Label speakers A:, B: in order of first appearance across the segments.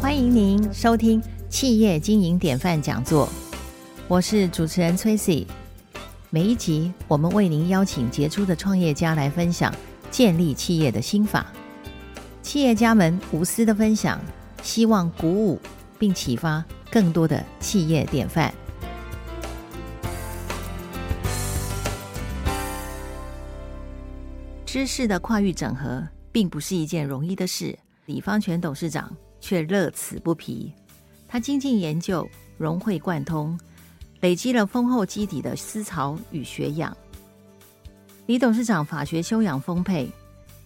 A: 欢迎您收听企业经营典范讲座，我是主持人 Tracy。每一集我们为您邀请杰出的创业家来分享建立企业的心法，企业家们无私的分享，希望鼓舞并启发更多的企业典范。知识的跨域整合并不是一件容易的事，李方全董事长却乐此不疲。他精进研究，融会贯通，累积了丰厚基底的思潮与学养。李董事长法学修养丰沛，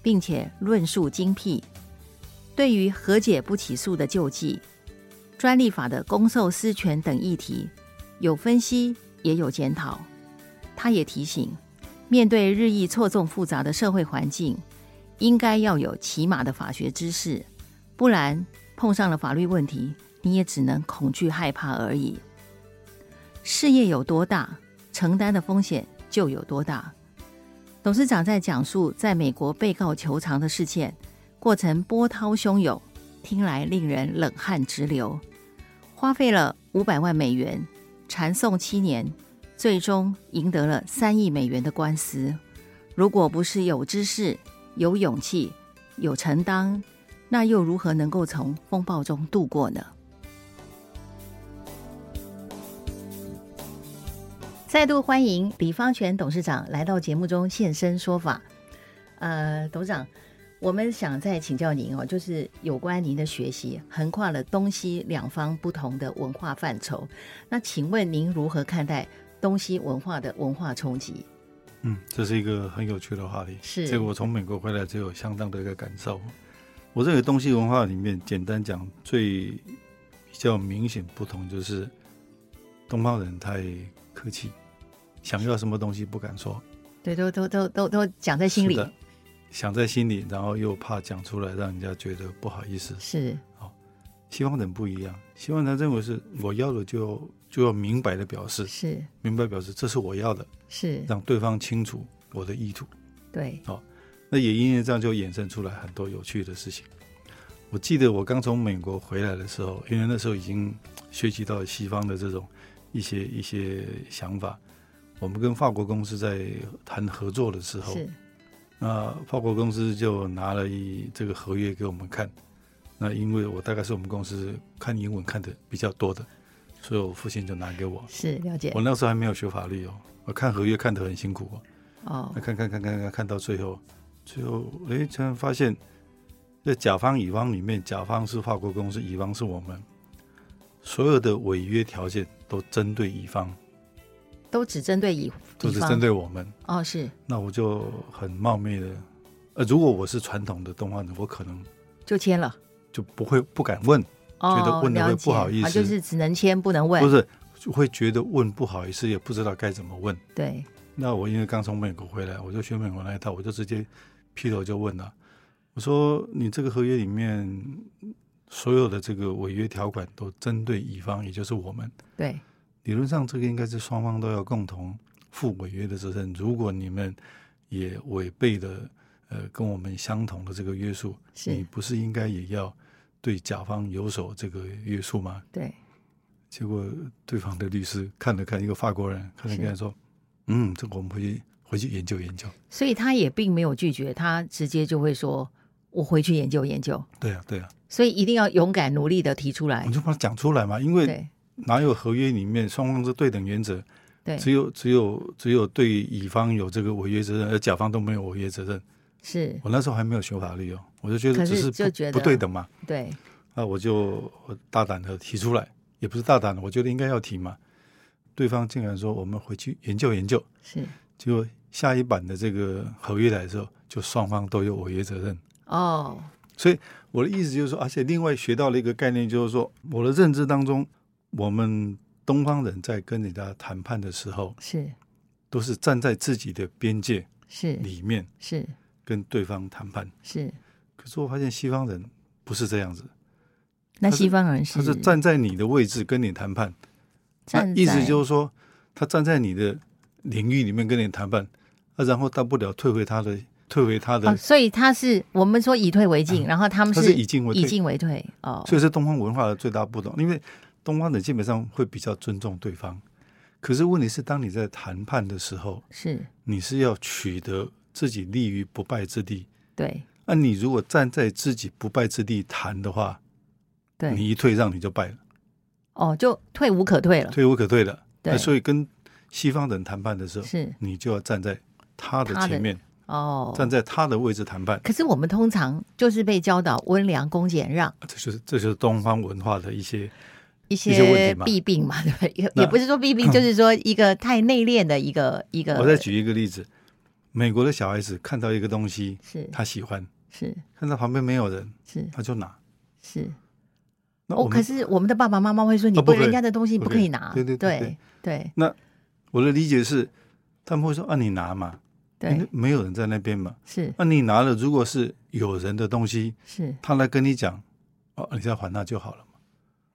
A: 并且论述精辟，对于和解不起诉的救济、专利法的公受私权等议题，有分析也有检讨。他也提醒，面对日益错综复杂的社会环境，应该要有起码的法学知识，不然碰上了法律问题，你也只能恐惧害怕而已。事业有多大，承担的风险就有多大。董事长在讲述在美国被告求偿的事件，过程波涛汹涌，听来令人冷汗直流。花费了五百万美元，缠讼七年，最终赢得了三亿美元的官司。如果不是有知识、有勇气、有承担，那又如何能够从风暴中度过呢？再度欢迎李方全董事长来到节目中现身说法。呃，董事长，我们想再请教您哦，就是有关您的学习横跨了东西两方不同的文化范畴。那请问您如何看待东西文化的文化冲击？
B: 嗯，这是一个很有趣的话题。
A: 是
B: 这个我从美国回来就有相当的一个感受。我这个东西文化里面，简单讲，最比较明显不同就是东方人太客气，想要什么东西不敢说，
A: 对，都都都都都讲在心里
B: 是，的想在心里，然后又怕讲出来，让人家觉得不好意思。
A: 是
B: 西方人不一样，西方人认为是我要的就就要明白的表示，
A: 是
B: 明白表示这是我要的，
A: 是，
B: 让对方清楚我的意图。
A: 对，
B: 那也因为这样就衍生出来很多有趣的事情。我记得我刚从美国回来的时候，因为那时候已经学习到西方的这种一些一些想法。我们跟法国公司在谈合作的时候，
A: 是
B: 那法国公司就拿了一这个合约给我们看。那因为我大概是我们公司看英文看的比较多的，所以我父亲就拿给我。
A: 是了解
B: 我那时候还没有学法律哦，我看合约看得很辛苦哦。
A: 哦
B: 那，看看看看看看到最后，最后哎，突然发现，在甲方乙方里面，甲方是法国公司，乙方是我们，所有的违约条件都针对乙方，
A: 都只针对乙，
B: 都是
A: 乙方
B: 针对我们。
A: 哦，是
B: 那我就很冒昧的，呃，如果我是传统的东方人，我可能
A: 就签了。
B: 就不会不敢问，
A: 哦，
B: 觉得问了会
A: 了解啊
B: 不好意思
A: 就是只能签不能问，
B: 不是就会觉得问不好意思，也不知道该怎么问。
A: 对，
B: 那我因为刚从美国回来，我就学美国那一套，我就直接劈头就问了，我说你这个合约里面所有的这个违约条款都针对乙方，也就是我们。
A: 对，
B: 理论上这个应该是双方都要共同负违约的责任。如果你们也违背的呃跟我们相同的这个约束，你
A: 是，
B: 不是应该也要对甲方有所这个约束吗？
A: 对，
B: 结果对方的律师看了看一个法国人，看了
A: 是
B: 看说：“嗯，这个我们回去回去研究研究。
A: 所以他也并没有拒绝，他直接就会说：“我回去研究研究。
B: 对啊，对啊，”
A: 所以一定要勇敢努力的提出
B: 我
A: 来
B: 们，就把它讲出来嘛，因为
A: 对
B: 哪有合约里面双方是对等原则？
A: 对，
B: 只有只有只有对乙方有这个违约责任，而甲方都没有违约责任。
A: 是，
B: 我那时候还没有学法律哦，我就觉
A: 可
B: 得
A: 是
B: 只是不
A: 就觉得
B: 不对等嘛，
A: 对，
B: 那我就我大胆的提出来，也不是大胆的，我觉得应该要提嘛。对方竟然说我们回去研究研究，
A: 是，
B: 结果下一版的这个合约来的时候，就双方都有违约责任。
A: 哦，
B: 所以我的意思就是说，而且另外学到了一个概念，就是说，我的认知当中，我们东方人在跟人家谈判的时候，
A: 是
B: 都是站在自己的边界
A: 是
B: 里面
A: 是
B: 跟对方谈判。
A: 是，
B: 可是我发现西方人不是这样子，
A: 那
B: 他是
A: 西方人
B: 他
A: 是
B: 是站在你的位置跟你谈判，那
A: 站
B: 意思
A: 在
B: 就是说，啊他站在你的领域里面跟你谈判，那然后大不了退回他的退回他的，
A: 哦，所以他是我们说以退为进，然后他们
B: 啊它是以进为
A: 以
B: 退，
A: 进为退哦，
B: 所以是东方文化的最大不同。因为东方人基本上会比较尊重对方，可是问题是，当你在谈判的时候，
A: 是
B: 你是要取得自己立于不败之地。
A: 对
B: 那、你如果站在自己不败之地谈的话，
A: 对
B: 你一退让你就败了，
A: 哦，就退无可退了，
B: 退无可退了。
A: 对
B: 那所以跟西方人谈判的时候，
A: 是
B: 你就要站在他的
A: 他的
B: 前面，
A: 哦。
B: 站在他的位置谈判。
A: 可是我们通常就是被教导温良恭俭让，
B: 这就是这就是东方文化的一些
A: 一
B: 些问
A: 些
B: 题嘛
A: 弊病嘛，对 不对？也
B: 那
A: 也不是说弊 病，就是说一个太内敛的一个一个。
B: 我再举一个例子，美国的小孩子看到一个东西，
A: 是
B: 他喜欢，
A: 是
B: 看到旁边没有人，
A: 是
B: 他就拿。
A: 是
B: 那
A: 哦，
B: 我们、
A: 可是我们的爸爸妈妈会说，你
B: 啊不
A: 不
B: 可以
A: 人家的东西
B: 不
A: 不
B: 可
A: 可
B: 以
A: 以拿，
B: 对对对
A: 对对
B: 我的理解是，他们会说啊，你拿嘛，因为
A: 对，
B: 没有人在哎那边嘛，
A: 是
B: 那、你拿了，如果是有人的东西，
A: 是。
B: 他来跟你讲，哦，你再还他就好了嘛，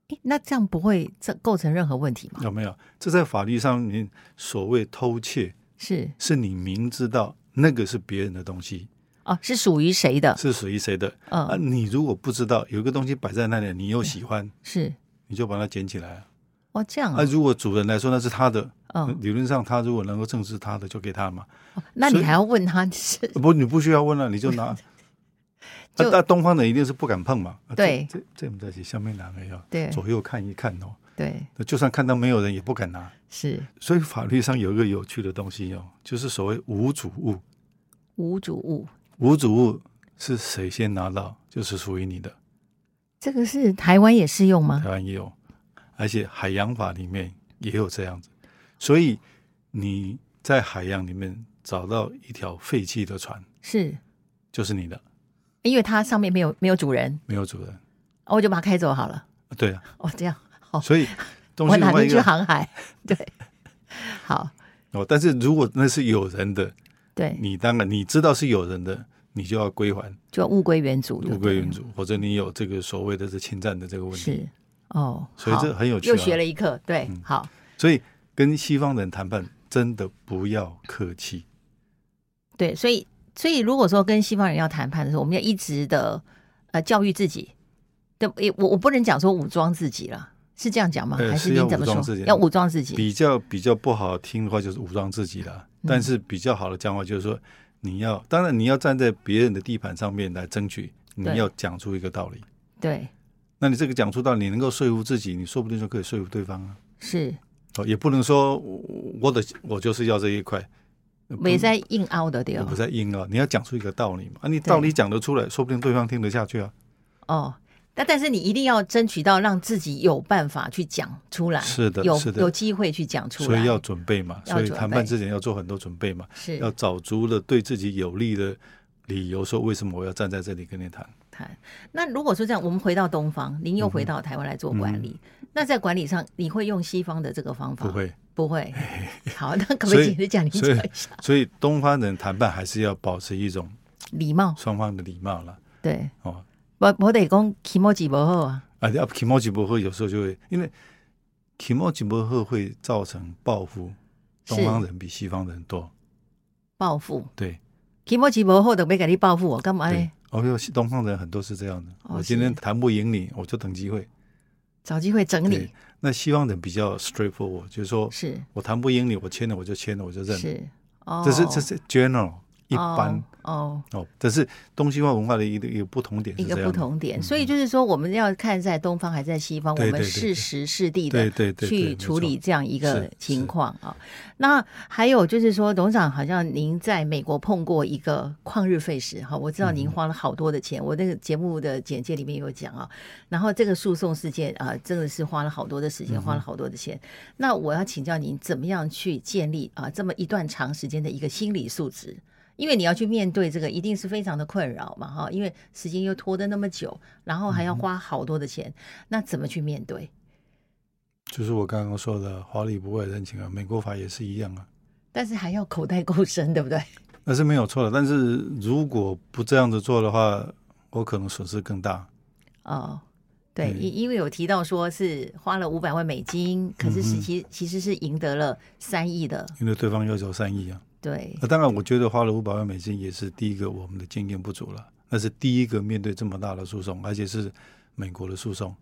A: 诶那这样不会这构成任何问题吗？
B: 有没有？这在法律上面所谓偷窃，
A: 是
B: 是你明知道那个是别人的东西，
A: 哦，是属于谁的？
B: 是属于谁的啊？
A: 嗯，
B: 你如果不知道有一个东西摆在那里，你又喜欢，
A: 是
B: 你就把它捡起来啊。
A: 哦，这样
B: 啊，
A: 啊，
B: 如果主人来说那是他的，
A: 嗯，
B: 理论上他如果能够证实他的，就给他嘛。
A: 哦那
B: 呃所
A: 你
B: 以
A: 还要问他是
B: 呃不，你不需要问了，你就拿。那
A: 就
B: 那、东方人一定是不敢碰嘛。啊
A: 对
B: 这这这我们在一起下面两个要
A: 对
B: 左右看一看哦。
A: 对
B: 那就算看到没有人，也不敢拿。
A: 是
B: 所以法律上有一个有趣的东西哦，就是所谓无主物。
A: 无主物，
B: 无主物是谁先拿到，就是属于你的。
A: 这个是台湾也适用吗？
B: 台湾也有，而且海洋法里面也有这样子。所以你在海洋里面找到一条废弃的船，
A: 是
B: 就是你的，
A: 因为它上面没有没有主人，
B: 没有主人。
A: 哦我就把它开走好了。
B: 啊对啊，
A: 哦，这样好，
B: 所以东
A: 我
B: 西
A: 哪
B: 另外
A: 能
B: 一
A: 去
B: 个
A: 航海？ 对，好，
B: 哦，但是如果那是有人的，
A: 对，
B: 你当然你知道是有人的，你就要归还
A: 就物归原主，
B: 物归原，主，或者你有这个所谓的这侵占的这个问题。
A: 是哦，
B: 所以这
A: 好
B: 很有趣、啊。嗯
A: 又学了一课，对，好，
B: 所以跟西方人谈判真的不要客气，
A: 对，所以所以如果说跟西方人要谈判的时候，我们要一直的呃教育自己，对，诶我我不能讲说武装自己了，是这样讲吗？
B: 呃
A: 还
B: 是
A: 你
B: 要
A: 怎么
B: 武装自
A: 说
B: 己？
A: 要武装自己，
B: 比较比较不好听的话就是武装自己啦。
A: 嗯
B: 但是比较好的讲法就是说，你要当然你要站在别人的地盘上面来争取，你
A: 对
B: 要讲出一个道理。
A: 对，
B: 那你这个讲出道理，你能够说服自己，你说不定就可以说服对方啊。
A: 是
B: 哦，也不能说我我的我就是要这一块，呃
A: 没在硬凹的对
B: 不
A: 哦
B: 不。在硬啊，你要讲出一个道理嘛。啊，你道理讲得出来，说不定对方听得下去啊。
A: 哦但但是你一定要争取到让自己有办法去讲出来，
B: 是的
A: 有
B: 是的
A: 有机会去讲出
B: 所
A: 来，
B: 以要准备嘛，
A: 要
B: 所以
A: 准
B: 谈判
A: 备
B: 之前要做很多准备嘛。
A: 是
B: 要找足了对自己有利的理由，说为什么我要站在这里跟你
A: 啊
B: 谈。
A: 谈。那如果说这样，我们回到东方，您
B: 嗯
A: 又回到台湾来做管理，那在管理上你会用西方的这个方法？
B: 不，会，
A: 不会。好，那可不可以
B: 所以
A: 请你讲，你
B: 所以
A: 讲一下
B: 所以东方人谈判还是要保持一种
A: 礼貌？
B: 双方的礼貌了。
A: 对，
B: 哦，
A: 我我得讲起莫几不好啊，
B: 啊，要 k i m o j i 不会有时候就会因为 k i m o j i 不会会造成报复，
A: 是
B: 东方人比西方人多。
A: 报复
B: 对
A: 起莫几不好，就别给你报复我干嘛
B: 对
A: 呢？，
B: 哦哟，东方人很多是这样的。
A: 哎哦
B: 我今天
A: 是
B: 谈不赢你，我就等机会。
A: 找机会整
B: 对
A: 理，，
B: 那西方人比较 straightforward，就是说
A: 是
B: 我谈不赢你，我签了我就签了，我就认了。
A: 是哦，
B: 这是这是 general 一般
A: 哦，哦
B: 哦，但是东西方文化的一个一个不同点是
A: 一
B: 这
A: 个
B: 样的嗯
A: 不，同点，所以就是说我们要看在东方还在西方，
B: 对
A: 我
B: 对
A: 们
B: 对
A: 适时适地
B: 对
A: 的
B: 对对对
A: 去处理这样一
B: 没
A: 个
B: 错
A: 情况啊。那还有就是说，董事长好像您在美国碰过一个旷日费时哈，我知道您花了好多的钱，我那个节目的简介里面有讲啊。然后这个诉讼事件啊、呃真的是花了好多的时间，花了好多的钱。那我要请教您，怎么样去建立啊、这么一段长时间的一个心理素质？因为你要去面对这个，一定是非常的困扰嘛，哈，因为时间又拖得那么久，然后还要花好多的钱，那怎么去面对？
B: 就是我刚刚说的“华丽不为人情”啊，美国法也是一样啊，
A: 但是还要口袋够深，对不对？
B: 那是没有错的。但是如果不这样子做的话，我可能损失更大。
A: 哦，对，
B: 嗯
A: 因因为有提到说是花了五
B: 嗯
A: 百万美金，可是实其其实是赢得了三亿的，
B: 因为对方要求善意啊，
A: 对
B: 那当然，我觉得花了五百万美金也是第一个我们的经验不足了，那是第一个面对这么大的诉讼，而且是美国的诉讼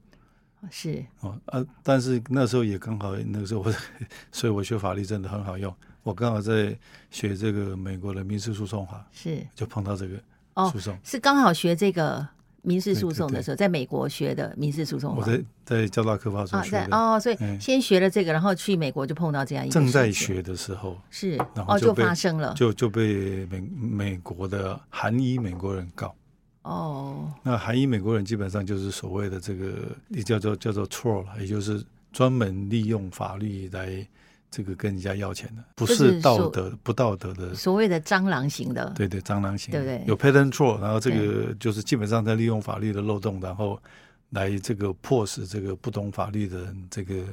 A: 是
B: 哦啊！但是那时候也刚好，那个时候我， 所以我学法律真的很好用，我刚好在学这个美国的民事诉讼法，
A: 是
B: 就碰到这个
A: 哦
B: 诉，讼。
A: 是刚好学这个民事诉讼
B: 对对
A: 的
B: 对
A: 时候，在美国学的民事诉讼
B: 我
A: 法
B: 在在交大科法所
A: 啊，
B: 学
A: 在
B: 的，
A: 哦，所以
B: 嗯
A: 先学了这个，然后去美国就碰到这样一个
B: 正在
A: 事情
B: 学的时候
A: 是
B: 然后
A: 哦，
B: 就
A: 就
B: 被
A: 发生了
B: 就就被美美国的韩裔美国人告。
A: 哦，
B: 那韩裔美国人基本上就是所谓的这个，也叫做叫做 troll，也就是专门利用法律来这个跟人家要钱的，不
A: 就是说
B: 是道德不道德的，
A: 所谓的蟑螂型的
B: 对对，蟑螂型，
A: 对不对
B: 有 patent troll，然后这个就是基本上在利用法律的漏洞，然后来这个迫使这个不懂法律的人，这个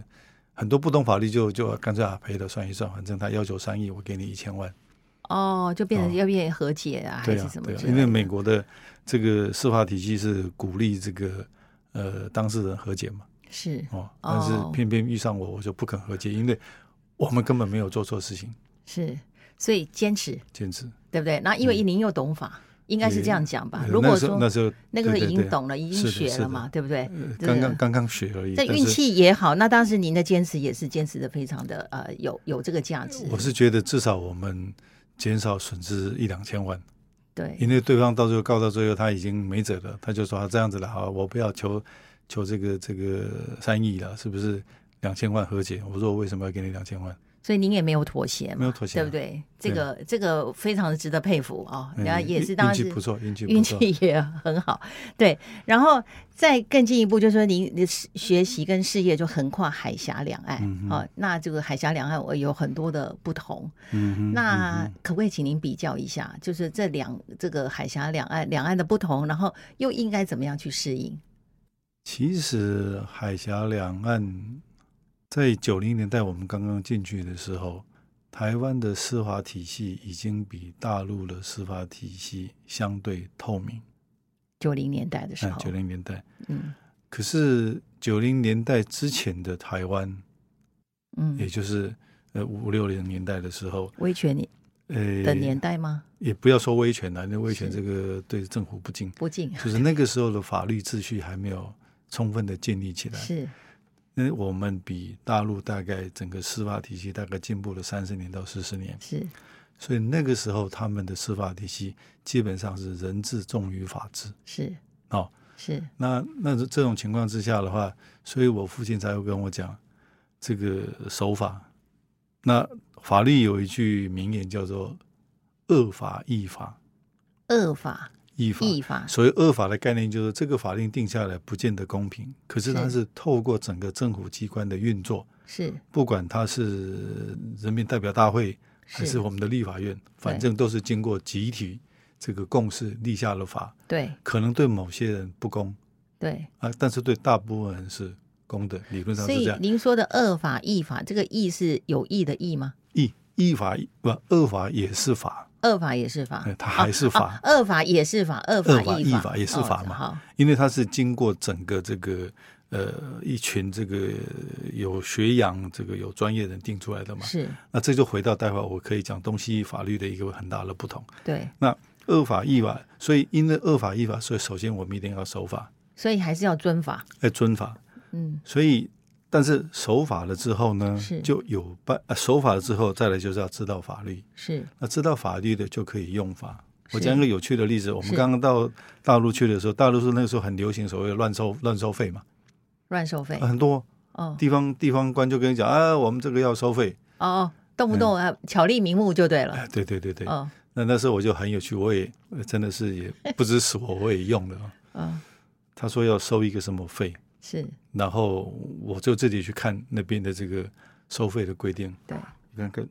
B: 很多不懂法律就就干脆啊赔了算一算，反正他要求三亿，我给你一千万，
A: 哦，就变成
B: 哦
A: 要变和解啊，还
B: 对
A: 是
B: 啊
A: 什，么
B: 对啊
A: 之，类的？
B: 因为美国的这个司法体系是鼓励这个呃当事人和解嘛。
A: 是
B: 哦，但是
A: 哦
B: 偏偏遇上我，我就不肯和解，因为我们根本没有做错事情，
A: 是，所以坚持，
B: 坚持。
A: 对不对？那因为您又懂法，应该是这样讲吧？
B: 呃
A: 如果
B: 嗯那时候
A: 说
B: 那时候
A: 那个时
B: 对
A: 候
B: 对
A: 已经
B: 对
A: 懂了，已
B: 是
A: 经
B: 的
A: 学
B: 是
A: 了
B: 的
A: 嘛，对不对？
B: 呃
A: 这
B: 刚
A: 个
B: 刚刚刚学而已，
A: 但
B: 但
A: 运
B: 是
A: 气也好，那当时您的坚持也是坚持的非常的呃有有这个价值，
B: 我是觉得至少我们减少损失一两千万，
A: 对
B: 因为对方到最后告到最后他已经没辙了，他就说啊这样子了，好，我不要求求这个这个三亿了，是不是？两千万和解，我说我为什么要给你两千万？
A: 所以您也没有妥协嘛，
B: 没有妥协
A: 对
B: 啊
A: 不对？这个这个非常值得佩服啊！
B: 嗯
A: 然后也是
B: 运
A: 当
B: 运气
A: 时
B: 不错，运气
A: 运
B: 不
A: 气
B: 错，
A: 也很好，对。然后再更进一步，就是说您的事学习跟事业就横跨海峡两岸
B: 嗯哼
A: 哦。那这个海峡两岸我有很多的不同，
B: 嗯哼，嗯
A: 那
B: 哼
A: 可不可以请您比较一下，就是这两这个海峡两岸两岸的不同，然后又应该怎么样去适应？
B: 其实海峡两岸在九零年代我们刚刚进去的时候，台湾的司法体系已经比大陆的司法体系相对透明。
A: 九零年代的时
B: 哎，
A: 候
B: 九，零年代，
A: 嗯
B: 可是九零年代之前的台湾，也
A: 嗯，
B: 就是呃五六零年代的时候，
A: 威权
B: 呃，
A: 的年代吗？
B: 也不要说威权了，因为威权
A: 是
B: 这个对政府不 敬，
A: 不敬
B: 就是那个时候的法律秩序还没有充分的建立起来。
A: 是
B: 那我们比大陆大概整个司法体系大概进步了三十年到四十年，
A: 是
B: 所以那个时候他们的司法体系基本上是人治重于法治
A: 是
B: 哦。
A: 是
B: 那那这种情况之下的话，所以我父亲才会跟我讲这个守法。那法律有一句名言叫做“恶法易法，
A: 恶法
B: 易法”。
A: 异法
B: 所谓恶法的概念就是这个法令定下来不见得公平，可是它
A: 是
B: 是透过整个政府机关的运作，
A: 是
B: 不管他是人民代表大会还是我们的立法院，反正都是经过集体这个共识立下了法，
A: 对
B: 可能对某些人不公
A: 对，
B: 啊，但是对大部分人是公的，理论上
A: 所
B: 是
A: 以
B: 这样。
A: 您说的恶法异法，这个异是有益的异吗？
B: 义义法不恶法也是法，
A: 恶法也是法
B: 哎，它还是法
A: 啊，恶法也是法，恶
B: 恶法
A: 异
B: 异法也是法嘛
A: 好，
B: 因为它是经过整个这个呃一群这个有学养、这个有专业人定出来的嘛。
A: 是
B: 那这就回到待会儿我可以讲东西法律的一个很大的不同。
A: 对，
B: 那恶法依法，所以因为恶法依法，所以首先我们一定要守法，
A: 所以还是要遵法。
B: 要遵法。
A: 嗯，
B: 所以，但是守法了之后呢
A: 是，
B: 就有办、呃、守法了之后，再来就是要知道法律。
A: 是
B: 那知道法律的就可以用法。
A: 是
B: 我讲一个有趣的例子，我们
A: 是
B: 刚刚到大陆去的时候，大陆是那个时候很流行所谓的乱收乱收费嘛，
A: 乱收费
B: 啊。很多
A: 哦
B: 地方地方官就跟你讲啊，我们这个要收费。
A: 哦哦，动不动啊，巧立名目就对了。
B: 嗯哎，对对对对，
A: 哦
B: 那那时候我就很有趣，我也呃真的是也不知所我也用了。
A: 哦，
B: 他说要收一个什么费，
A: 是
B: 然后我就自己去看那边的这个收费的规定，
A: 对
B: 你看跟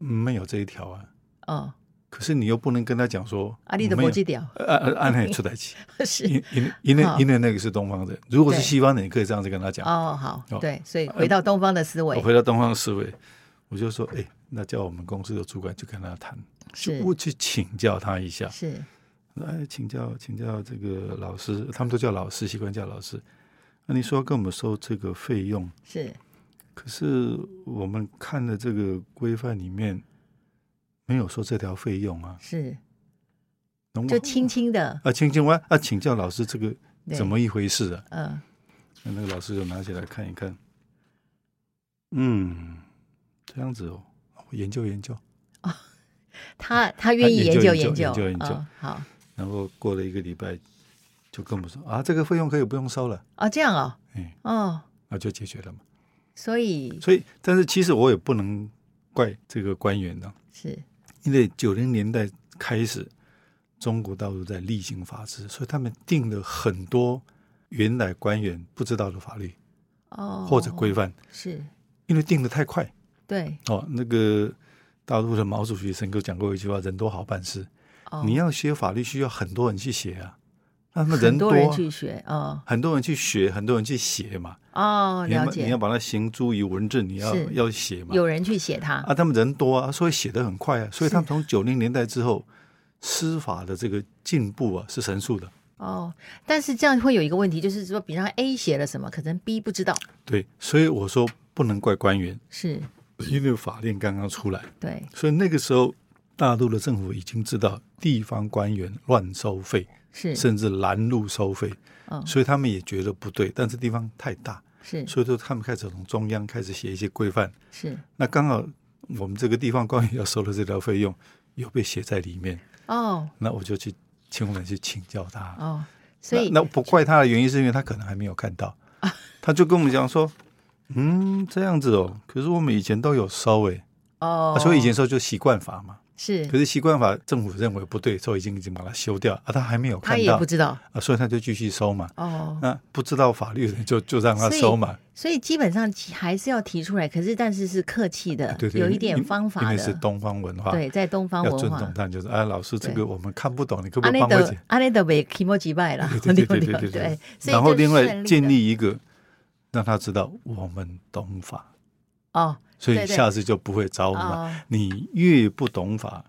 B: 嗯没有这一条啊。
A: 哦，
B: 可是你又不能跟他讲说
A: 阿丽的
B: 没有
A: 搏击屌
B: 呃呃按那出得起，
A: 是
B: 因因因为
A: 好
B: 因为那个是东方人，如果是
A: 对
B: 西方人，你可以这样子跟他讲。
A: 哦好
B: 哦
A: 对，所以回到东方的思
B: 我
A: 维
B: 回到东方思维，我就说，哎，那叫我们公司的主管去跟他谈，
A: 是
B: 就我去请教他一下。
A: 是
B: 哎，请教请教这个老师，他们都叫老师，习惯叫老师。那你说跟我们收这个费用，
A: 是
B: 可是我们看了这个规范里面，没有说这条费用啊，
A: 是，
B: 那我
A: 就轻轻的，
B: 啊，轻轻我啊，请教老师这个
A: 对
B: 怎么一回事啊？
A: 嗯，
B: 那那个老师就拿起来看一看，嗯，这样子哦，我研究研究。
A: 他他愿意
B: 研
A: 研
B: 究
A: 究
B: 研
A: 研
B: 究
A: 究，
B: 研究研究
A: 嗯好
B: 然后过了一个礼拜，就跟我们说啊，这个费用可以不用收了，
A: 哦，这样哦，
B: 哎，
A: 哦，
B: 那就解决了嘛。
A: 所以
B: 所以，但是其实我也不能怪这个官员呢、啊
A: 是
B: 因为九零年代开始，中国大陆在例行法治，所以他们定了很多原来官员不知道的法律
A: 哦，
B: 或者规范，
A: 是，
B: 因为定的太快
A: 对，
B: 哦。那个大陆的毛主席曾经讲过一句话：“人多好办事。”
A: 哦，
B: 你要学法律，需要很多人去写啊，那他们
A: 很
B: 人
A: 多
B: 多
A: 人
B: 啊
A: 去学，哦
B: 很多人去学，很多人去写嘛。
A: 哦，
B: 你要
A: 了
B: 把你要
A: 解，
B: 把它行诸于文字，你要
A: 是
B: 要写嘛。
A: 有人去写它，
B: 啊，他们人多啊，所以写的很快啊，所以
A: 是
B: 他们从九零年代之后，司法的这个进步啊是神速的。
A: 哦，但是这样会有一个问题，就是说，比方 A 写了什么，可能 B 不知道，
B: 对，所以我说不能怪官员，
A: 是
B: 因为法令刚刚出来，
A: 对，
B: 所以那个时候大陆的政府已经知道地方官员乱收费，
A: 是
B: 甚至拦路收费，
A: 嗯
B: 所以他们也觉得不对，但是地方太大，
A: 是
B: 所以说他们开始从中央开始写一些规范。
A: 是
B: 那刚好我们这个地方官员要收的这条费用有被写在里面。
A: 哦
B: 那我就去请我们去请教他。
A: 哦，所以
B: 那那不怪他的原因，是因为他可能还没有看 到，他就跟我们讲说，嗯，这样子哦，可是我们以前都有收诶、
A: 哦
B: 啊，所以以前收就习惯法嘛。
A: 是
B: 可是习惯法政府认为不对，所以已经已经把它修掉啊，他还没有
A: 他
B: 看
A: 也
B: 到
A: 不知道
B: 啊，所以他就继续收嘛。
A: 哦，
B: 那不知道法 律的人就就让他收嘛，
A: 所以基本上还是要提出来，可是但是是客气的，
B: 啊对对，
A: 有一
B: 因
A: 点
B: 因
A: 方
B: 因
A: 法
B: 为是
A: 的，
B: 东方文化，
A: 对，在东方
B: 要尊
A: 文化
B: 重，他，就是啊，老师这
A: 对啊
B: 个我们看不懂，你可不
A: 阿
B: 可以
A: 内
B: 帮我解
A: 德？阿内德被提莫击败了，
B: 对对
A: 不
B: 对对对
A: 对
B: 对，
A: 所以
B: 然后
A: 这是
B: 另
A: 顺
B: 外
A: 利的
B: 建立一个，让他知道我们懂法，
A: 哦
B: 所
A: 对
B: 以
A: 对
B: 下次就不会找我们麻烦。
A: 哦
B: 你越不懂法，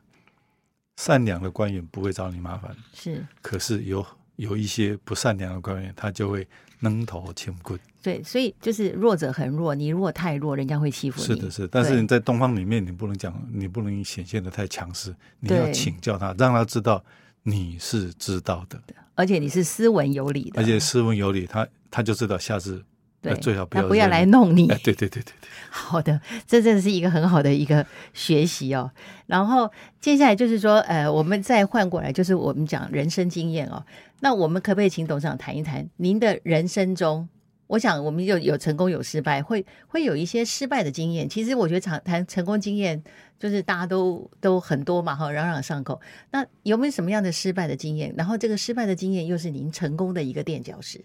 B: 善良的官员不会找你麻烦，
A: 是。
B: 可是有有一些不善良的官员，他就会扔头轻棍。
A: 对，所以就是弱者很弱，你如果太弱，人家会欺负你。
B: 是的，是的，但是
A: 对
B: 你在东方里面，你不能讲，你不能显现的太强势，你
A: 对
B: 要请教他，让他知道你是知道的，
A: 而且你是斯文有礼的，
B: 而且斯文有礼，他他就知道下次
A: 对，
B: 呃最好不
A: 他
B: 要
A: 不要
B: 惹
A: 来弄你
B: 哎，。对对对对对。
A: 好的，这真的是一个很好的一个学习哦。然后接下来就是说，呃，我们再换过来，就是我们讲人生经验哦。那我们可不可以请董事长谈一谈您的人生中？我想我们有有成功有失败，会会有一些失败的经验。其实我觉得常谈成功经验，就是大家都都很多嘛，哈，朗朗上口。那有没有什么样的失败的经验？然后这个失败的经验又是您成功的一个垫脚石？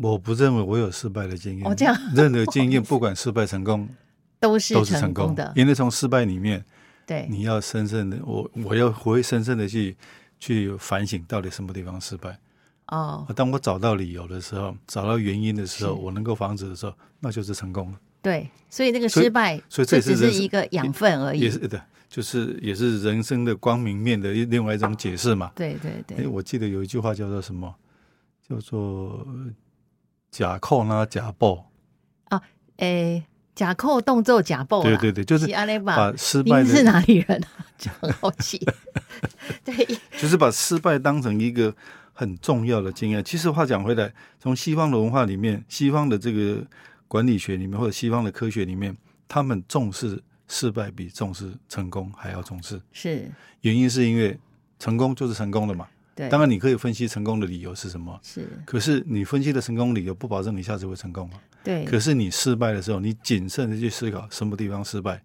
B: 我不认为我有失败的经验。
A: 哦这样
B: 任 何经验，不管失败成功，
A: 都是
B: 都是
A: 成
B: 成
A: 功
B: 功
A: 的，
B: 因为从失败里面，
A: 对，
B: 你要深深的，我我要会深深的去去反省，到底什么地方失败。啊
A: 哦，
B: 当我找到理由的时候，找到原因的时候，我能够防止的时候，那就是成功了。
A: 对，所以那个
B: 所以
A: 失败，
B: 所以这也
A: 只
B: 是人
A: 是
B: 生
A: 一个养分而
B: 也
A: 已
B: 是。的，就是也是人生的光明面的另外一种解释嘛。
A: 对对
B: 哎，
A: 对，
B: 我记得有一句话叫做什么？叫做呃“假扣啦，假报
A: 诶，假扣动作假”。爆
B: 对对对，就是
A: 是阿雷吧
B: 把？失败
A: 您
B: 的
A: 是哪里人啊？ 就很好 奇。对，
B: 就是把失败当成一个很重要的经验。其实话讲回来，从西方的文化里面，西方的这个管理学里面，或者西方的科学里面，他们重视失败比重视成功还要重视。
A: 是，
B: 原因是因为成功就是成功了嘛。
A: 对，
B: 当然，你可以分析成功的理由是什么，
A: 是，
B: 可是你分析的成功理由不保证你下次会成功啊。
A: 对，
B: 可是你失败的时候，你谨慎的去思考什么地方失败。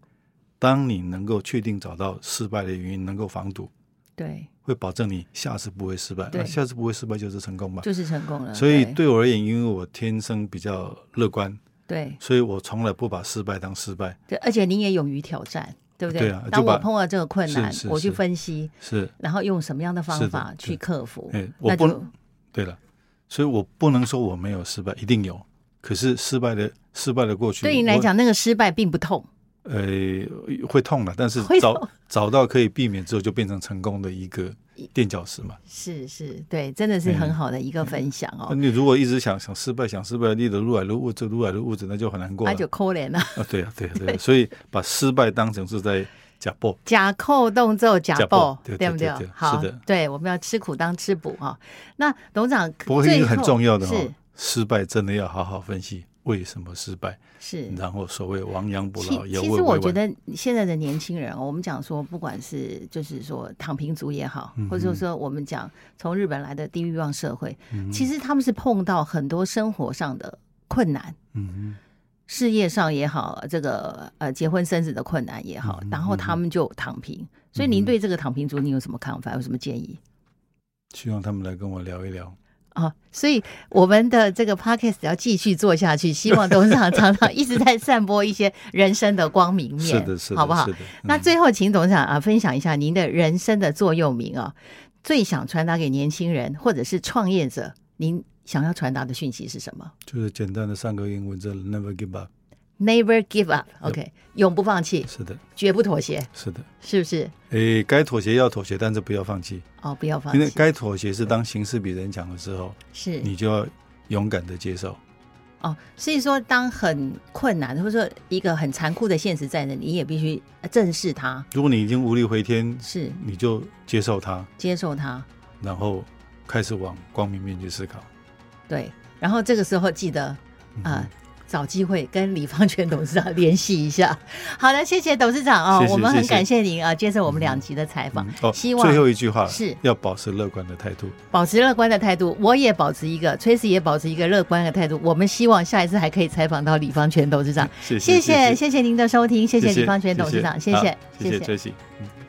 B: 当你能够确定找到失败的原因，能够防堵，
A: 对，
B: 会保证你下次不会失败，
A: 对
B: 啊下次不会失败就是成功吧。
A: 就是成功了。
B: 所以
A: 对
B: 对我而言，因为我天生比较乐观，
A: 对
B: 所以我从来不把失败当失败。
A: 对，而且您也勇于挑战，对不
B: 对啊
A: 当
B: 就
A: 我
B: 把
A: 碰到这个困
B: 是
A: 难，
B: 是
A: 我去
B: 是
A: 分析，
B: 是，
A: 然后用什么样的
B: 是
A: 方
B: 的
A: 法去
B: 对
A: 克服，
B: 哎，我
A: 那
B: 不
A: 就
B: 对了，所以我不能说我没有失败，一定有。可是失败的失败的过去，
A: 对你来讲，那个失败并不痛。
B: 我，呃，会痛了，但是
A: 会痛
B: 找找到可以避免之后，就变成成功的一个垫脚石嘛。
A: 是是，对，真的是很
B: 嗯
A: 好的一个分享哦。
B: 那你如果一直想想失败，想失败，你的撸来撸物质，撸来撸物质，那就很难过
A: 那
B: 了。
A: 啊
B: 啊
A: 就扣脸了。
B: 啊，对呀、对呀、对呀、所以把失败当成是在假报，
A: 假扣动作假
B: 假
A: 报
B: 报，对
A: 不
B: 对对对
A: 好，
B: 是的
A: 对，我们要吃苦当吃补哈。那董事长，
B: 不过一
A: 最
B: 个很
A: 后
B: 重要的
A: 是
B: 哦，失败真的要好好分析为什么失败，
A: 是
B: 然后所谓亡羊补
A: 嗯其
B: 牢，也
A: 其
B: 未
A: 实我
B: 为
A: 觉
B: 晚。
A: 得现在的年轻人哦，我们讲说，不管是就是说躺平族也好，
B: 嗯哼
A: 或者说我们讲从日本来的低欲望社会，
B: 嗯
A: 其实他们是碰到很多生活上的困难，
B: 嗯
A: 事业上也好，这个呃结婚生子的困难也好
B: 嗯，哼嗯
A: 然后他们就躺平。所以您对这个躺平族，你有什么看法？有什么建议？
B: 哼，希望他们来跟我聊一聊。
A: 啊、所以我们的这个 podcast 要继续做下去，希望董事长常 常一直在散播一些人生的光明面，
B: 是的，是的，
A: 好不好
B: 是？的，
A: 那
B: 嗯
A: 最后，请董事长啊分享一下您的人生的座右铭啊，最想传达给年轻人或者是创业者，您想要传达的讯息是什么
B: 就是简单的三个英文字，never give up。
A: ？Never give up，OK，、永不放弃，
B: 是的，
A: 绝不妥协，
B: 是的，
A: 是不是？
B: 诶，该妥协要妥协，但是不要放弃。
A: 哦，不要放
B: 因为
A: 弃，
B: 该妥协是当形势比人强的时候，
A: 是
B: 你就要勇敢的接受。
A: 哦。所以说，当很困难或者说一个很残酷的现实在那里，你也必须正视它，
B: 如果你已经无力回天，
A: 是
B: 你就接受它，
A: 接受它，
B: 然后开始往光明面去思考。
A: 对。然后这个时候记得
B: 嗯
A: 啊、找机会跟李方全董事 长联系一下。好的，谢谢董事长哦，
B: 谢谢
A: 我们很
B: 谢嗯谢
A: 感谢您啊，接受我们两集的采访，
B: 哦，
A: 希望
B: 最后一句话
A: 是
B: 要保持乐观的态度。
A: 保持乐观的态度，我也保持一个崔 r 也保持一个乐观的态度。我们希望下一次还可以采访到李方全董事长，
B: 谢
A: 谢
B: 嗯谢
A: 谢谢谢您的收听，谢谢李方全董事长，谢
B: 好
A: 谢
B: 谢谢 Tracy。嗯